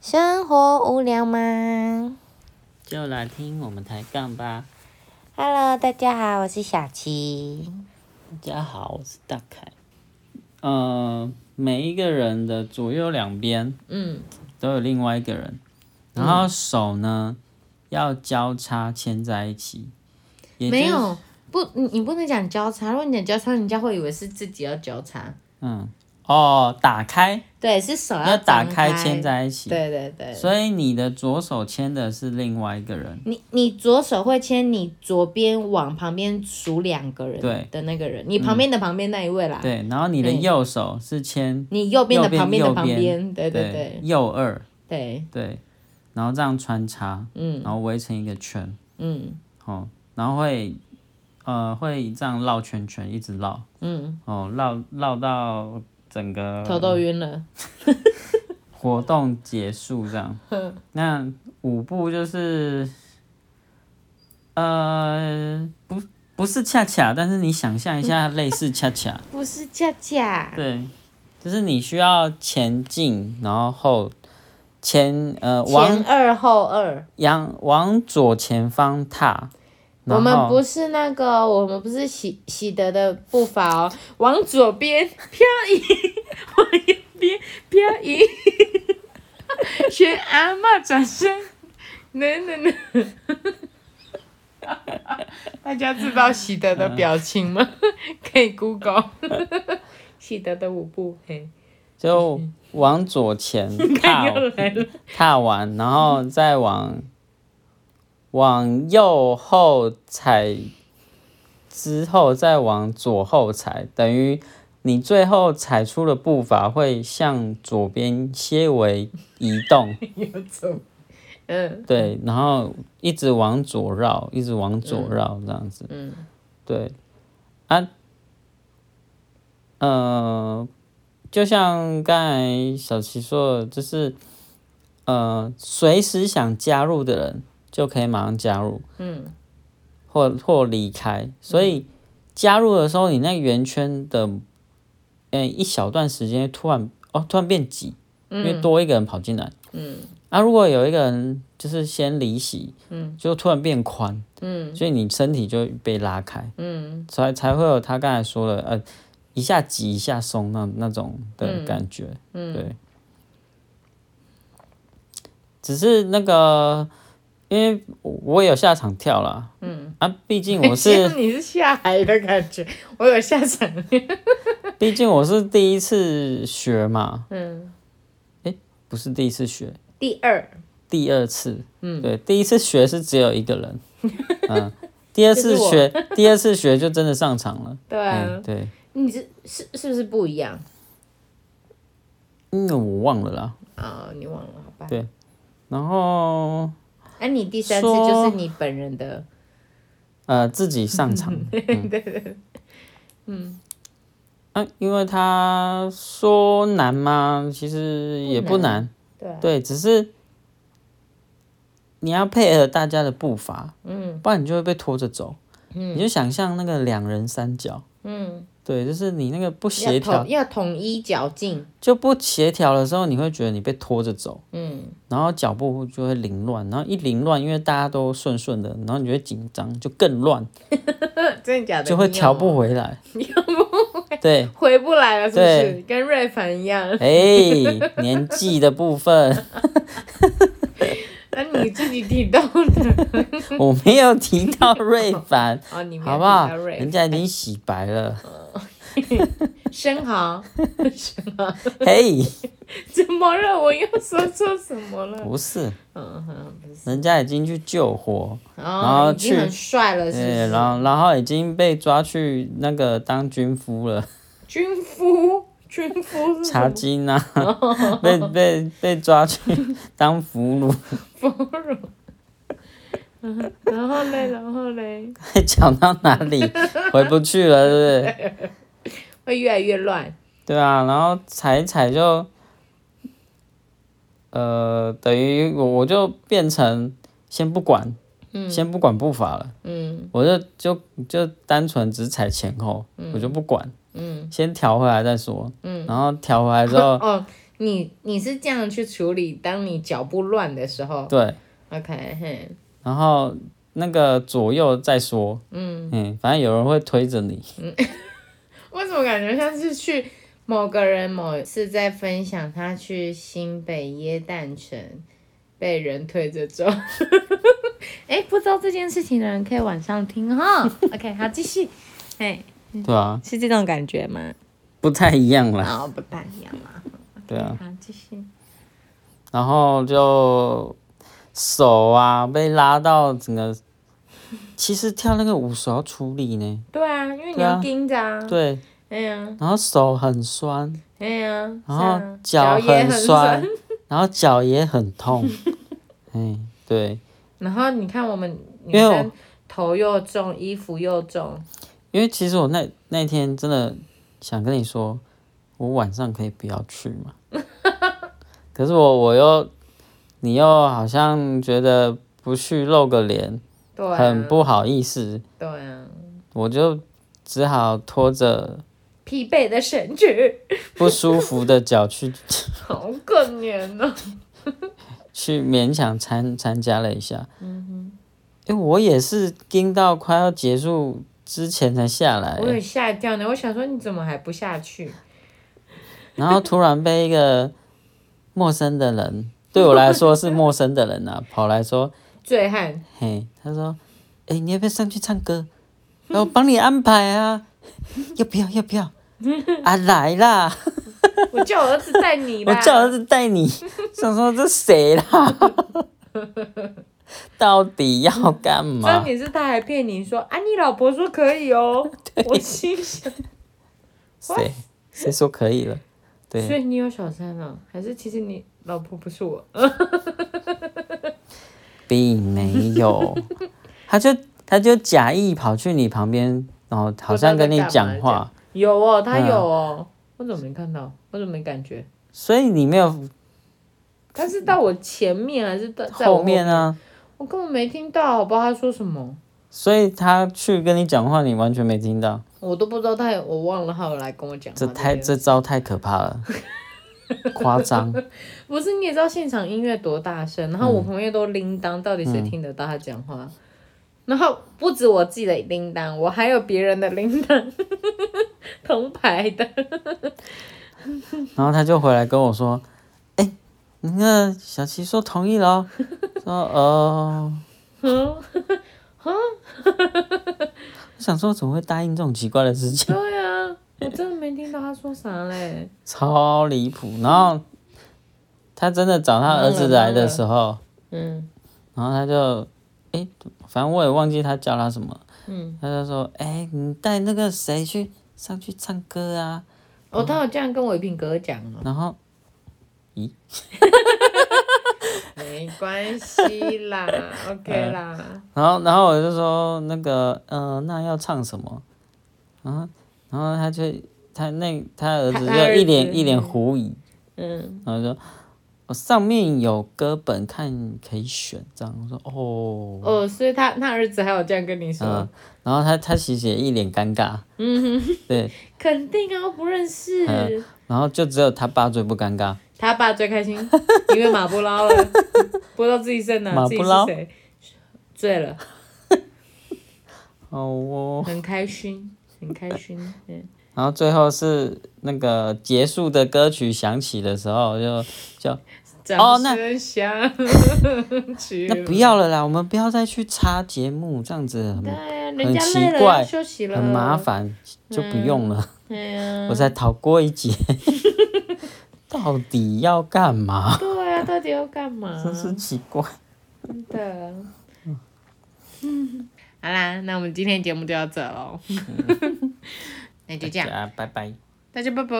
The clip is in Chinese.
生活无聊吗就来听我们抬杠吧。 ？Hello，大家好，我是小七。大家好，我是大凯。呃，每一个人的左右两边嗯，都有另外一个人，然后手呢、要交叉牵在一起。也就是没，有不，你你不能讲交叉，如果你讲交叉，人家会以为是自己要交叉。嗯，哦，打开对，是手要打张开开牵。在一起，对对对，所以你的左手牵的是另外一个人，你你左手会牵你左边往旁边数两个人对嗯的那个人，你旁边的旁边那一位啦。对，然后你的对右手是牵你右边的右边旁边的右旁边边，对对对右二对，对，然后这样穿插，嗯然后围成一个圈。嗯哦，然后会呃会这样绕圈圈，一直绕嗯，哦，绕绕到整头个都晕了。活动结束这样。那舞步就是呃不不是恰恰，但是你想象一下类似 恰恰，不是恰恰，对，就是你需要前进，然后后前呃前往二后二。往往左前方踏。然我们后不是那个，我们不是喜喜德的步伐哦，往左边漂移， 往右边漂移， 学阿嬷转身，能能能。 大家知道喜德的表情吗？可以 Google 喜德的舞步。嘿，就往左前踏又来了，踏完，然后再往往右后踩，之后再往左后踩，等于你最后踩出的步伐会向左边些微移动，又走。嗯对，然后一直往左绕，一直往左绕这样子，嗯，对，啊，呃，就像刚才小琪说的，就是呃，随时想加入的人就可以马上加入，嗯，或或离开。所以加入的时候，你那个圆圈的，呃，一小段时间突然哦，突然变挤，因为多一个人跑进来，嗯，啊，如果有一个人就是先离席，嗯，就突然变宽，嗯，所以你身体就被拉开。嗯才才会有他刚才说的，呃，一下挤一下松那那种的感觉，嗯对。只是那个，因为我有下场跳啦，嗯，啊，毕竟 我像是，你是下海的感觉，我有下场。毕竟我是第一次学嘛，嗯。不是第一次学，第二，第二次，嗯，对，第一次学是只有一 个人，嗯，第二次就是我学， 第二次学就真的上场了，对哎啊，对，你这是是不是不一样嗯，我忘了啦，啊、你忘了好吧？对然后。哎、你第三次说就是你本人的，呃自己上 场。对对对，嗯嗯。啊，因为他说难吗？其实也不难，对啊，对，只是你要配合大家的步伐，嗯不然你就会被拖着走。嗯、你就想象那个两人三角，嗯，对，就是你那个不协要调统，要统一脚劲，就不协调的时候，你会觉得你被拖着走，嗯然后脚步就会凌乱，然后一凌乱，因为大家都顺顺的，然后你就会紧张，就更乱，真的假的？就会你有调不回 来，对，回不来了，是不是对？跟瑞凡一样？哎、年纪的部分那你自己提 到的我没有提到瑞凡，哦， 你没有好提不好？到瑞人家已经洗白了。生蚝，生蚝，嘿，怎么了？我又说错什么了？不是，嗯哼，不是，人家已经去救火，哦，后已经很去帅了，对，是不是？然后然后已经被抓去那个当军夫了，军夫，军夫 是什查么？金啊，被被被抓去 当俘虏， 俘虏。嗯然后嘞，然后嘞，讲到哪里回不去了，对不对？会越来越乱。对啊，然后踩一踩就，呃，等于我我就变成先不管，先不管步伐了，嗯我就就就单纯只踩前后，我就不管，嗯先调回来再说，嗯。然后调回来之后， 哦，你你是这样去处理，当你脚步乱的时候对， ，OK，嘿，然后那个左右再说，嗯反正有人会推着你，为什么感觉像是去某个人某次在分享他去新北耶诞城被人推着走？ 哎、不知道这件事情的人可以晚上听哈。OK，好，继续。哎，对啊，是这种感觉吗？不太一样啦，啊、不太一样啊。对啊，好，继续。然后就手啊被拉到整个，其实跳那个舞手要处理呢，对啊，因为你对啊要盯着啊。对，哎呀，然后手很酸，哎呀。然是后啊脚也很酸， 然后脚也很痛， 哎，对，然后你看我们女因为生头又重，衣服又重，因为其实我那那天真的想跟你说，我晚上可以不要去 嘛。可是我我又你又好像觉得不去露个脸、对、啊，很不好意思，对啊，我就只好拖着疲惫的身躯，不舒服的脚去好可怜哦。去勉强参参加了一下。嗯哼，因为我也是盯到快要结束之前才下来我，有吓一跳呢，我想说你怎么还不下去？然后突然被一个陌生的人，对我来说是陌生的人啊，跑来说，醉汉，嘿，他说，哎、你要不要上去唱歌？那我帮你安排啊，要不要？要不要？啊，来啦！我叫我儿子带你 我啦。叫儿子 带你。想说这谁啦？到底要干嘛重？点是他还骗你说啊，你老婆说可以 哦。我心想，谁谁说可以了？所对，以你有小三了、还是其实你老婆不是我？并没 有。他就他就假意跑去你旁边，然后好像跟你讲不知道在干嘛这样话。有哦，他嗯有哦，我怎么没看到？我怎么没感觉？所以你没有他是到我前面还是到在我后面？啊，我根本没听到，好不好？他说什么，所以他去跟你讲话，你完全没听到，我都不知道他有，我忘了他有来跟我讲话。这太对不对这招太可怕 了，夸张。不是你也知道现场音乐多大声，嗯然后我朋友都铃铛，到底谁听得到他讲话？然后不止我自己的铃铛，我还有别人的铃铛， 铜牌的。然后他就回来跟我说：“哎、那个小齐说同意了哦。”说哦，我想说怎么会答应这种奇怪的事情， 对啊，我真的没听到他说啥嘞。超离谱。然后他真的找他儿子来的时候，嗯，然后他就，哎、反正我也忘记他叫他什么了，嗯他就说，哎、你带那个谁去上去唱歌啊？哦，他有这样跟我一平哥讲哦，然后没关系 啦，OK 啦。然后，然后我就说那个，呃，那要唱什么？然后，然后他就他那他儿子他他儿就子一脸一脸狐疑，嗯，然后就说，我上面有歌本，看可以选这样。我说哦，哦，所以他他儿子还有这样跟你说，嗯、然后他他其实也一脸尴尬，嗯哼，对，肯定啊，我不认识。嗯然后就只有他爸最不尴尬，他爸最 开心，因为马布捞了，不知道自己在哪，马自己布是捞谁，醉了，哦哦，很开心，很开心。嗯，然后最后是那个结束的歌曲响起的时候就，就掌哦那声响起。那不要了啦，我们不要再去插节目，这样子很对啊，人家很累奇了，怪要休息了，很麻。烦，就不用了。对呀、我才逃过一劫， 到底要干嘛？ 对啊，到底要干嘛？真 是奇怪。真的。嗯，嗯 好啦，那我们今天节目嗯 就到这喽，那就这样，啊，拜拜。大家拜拜。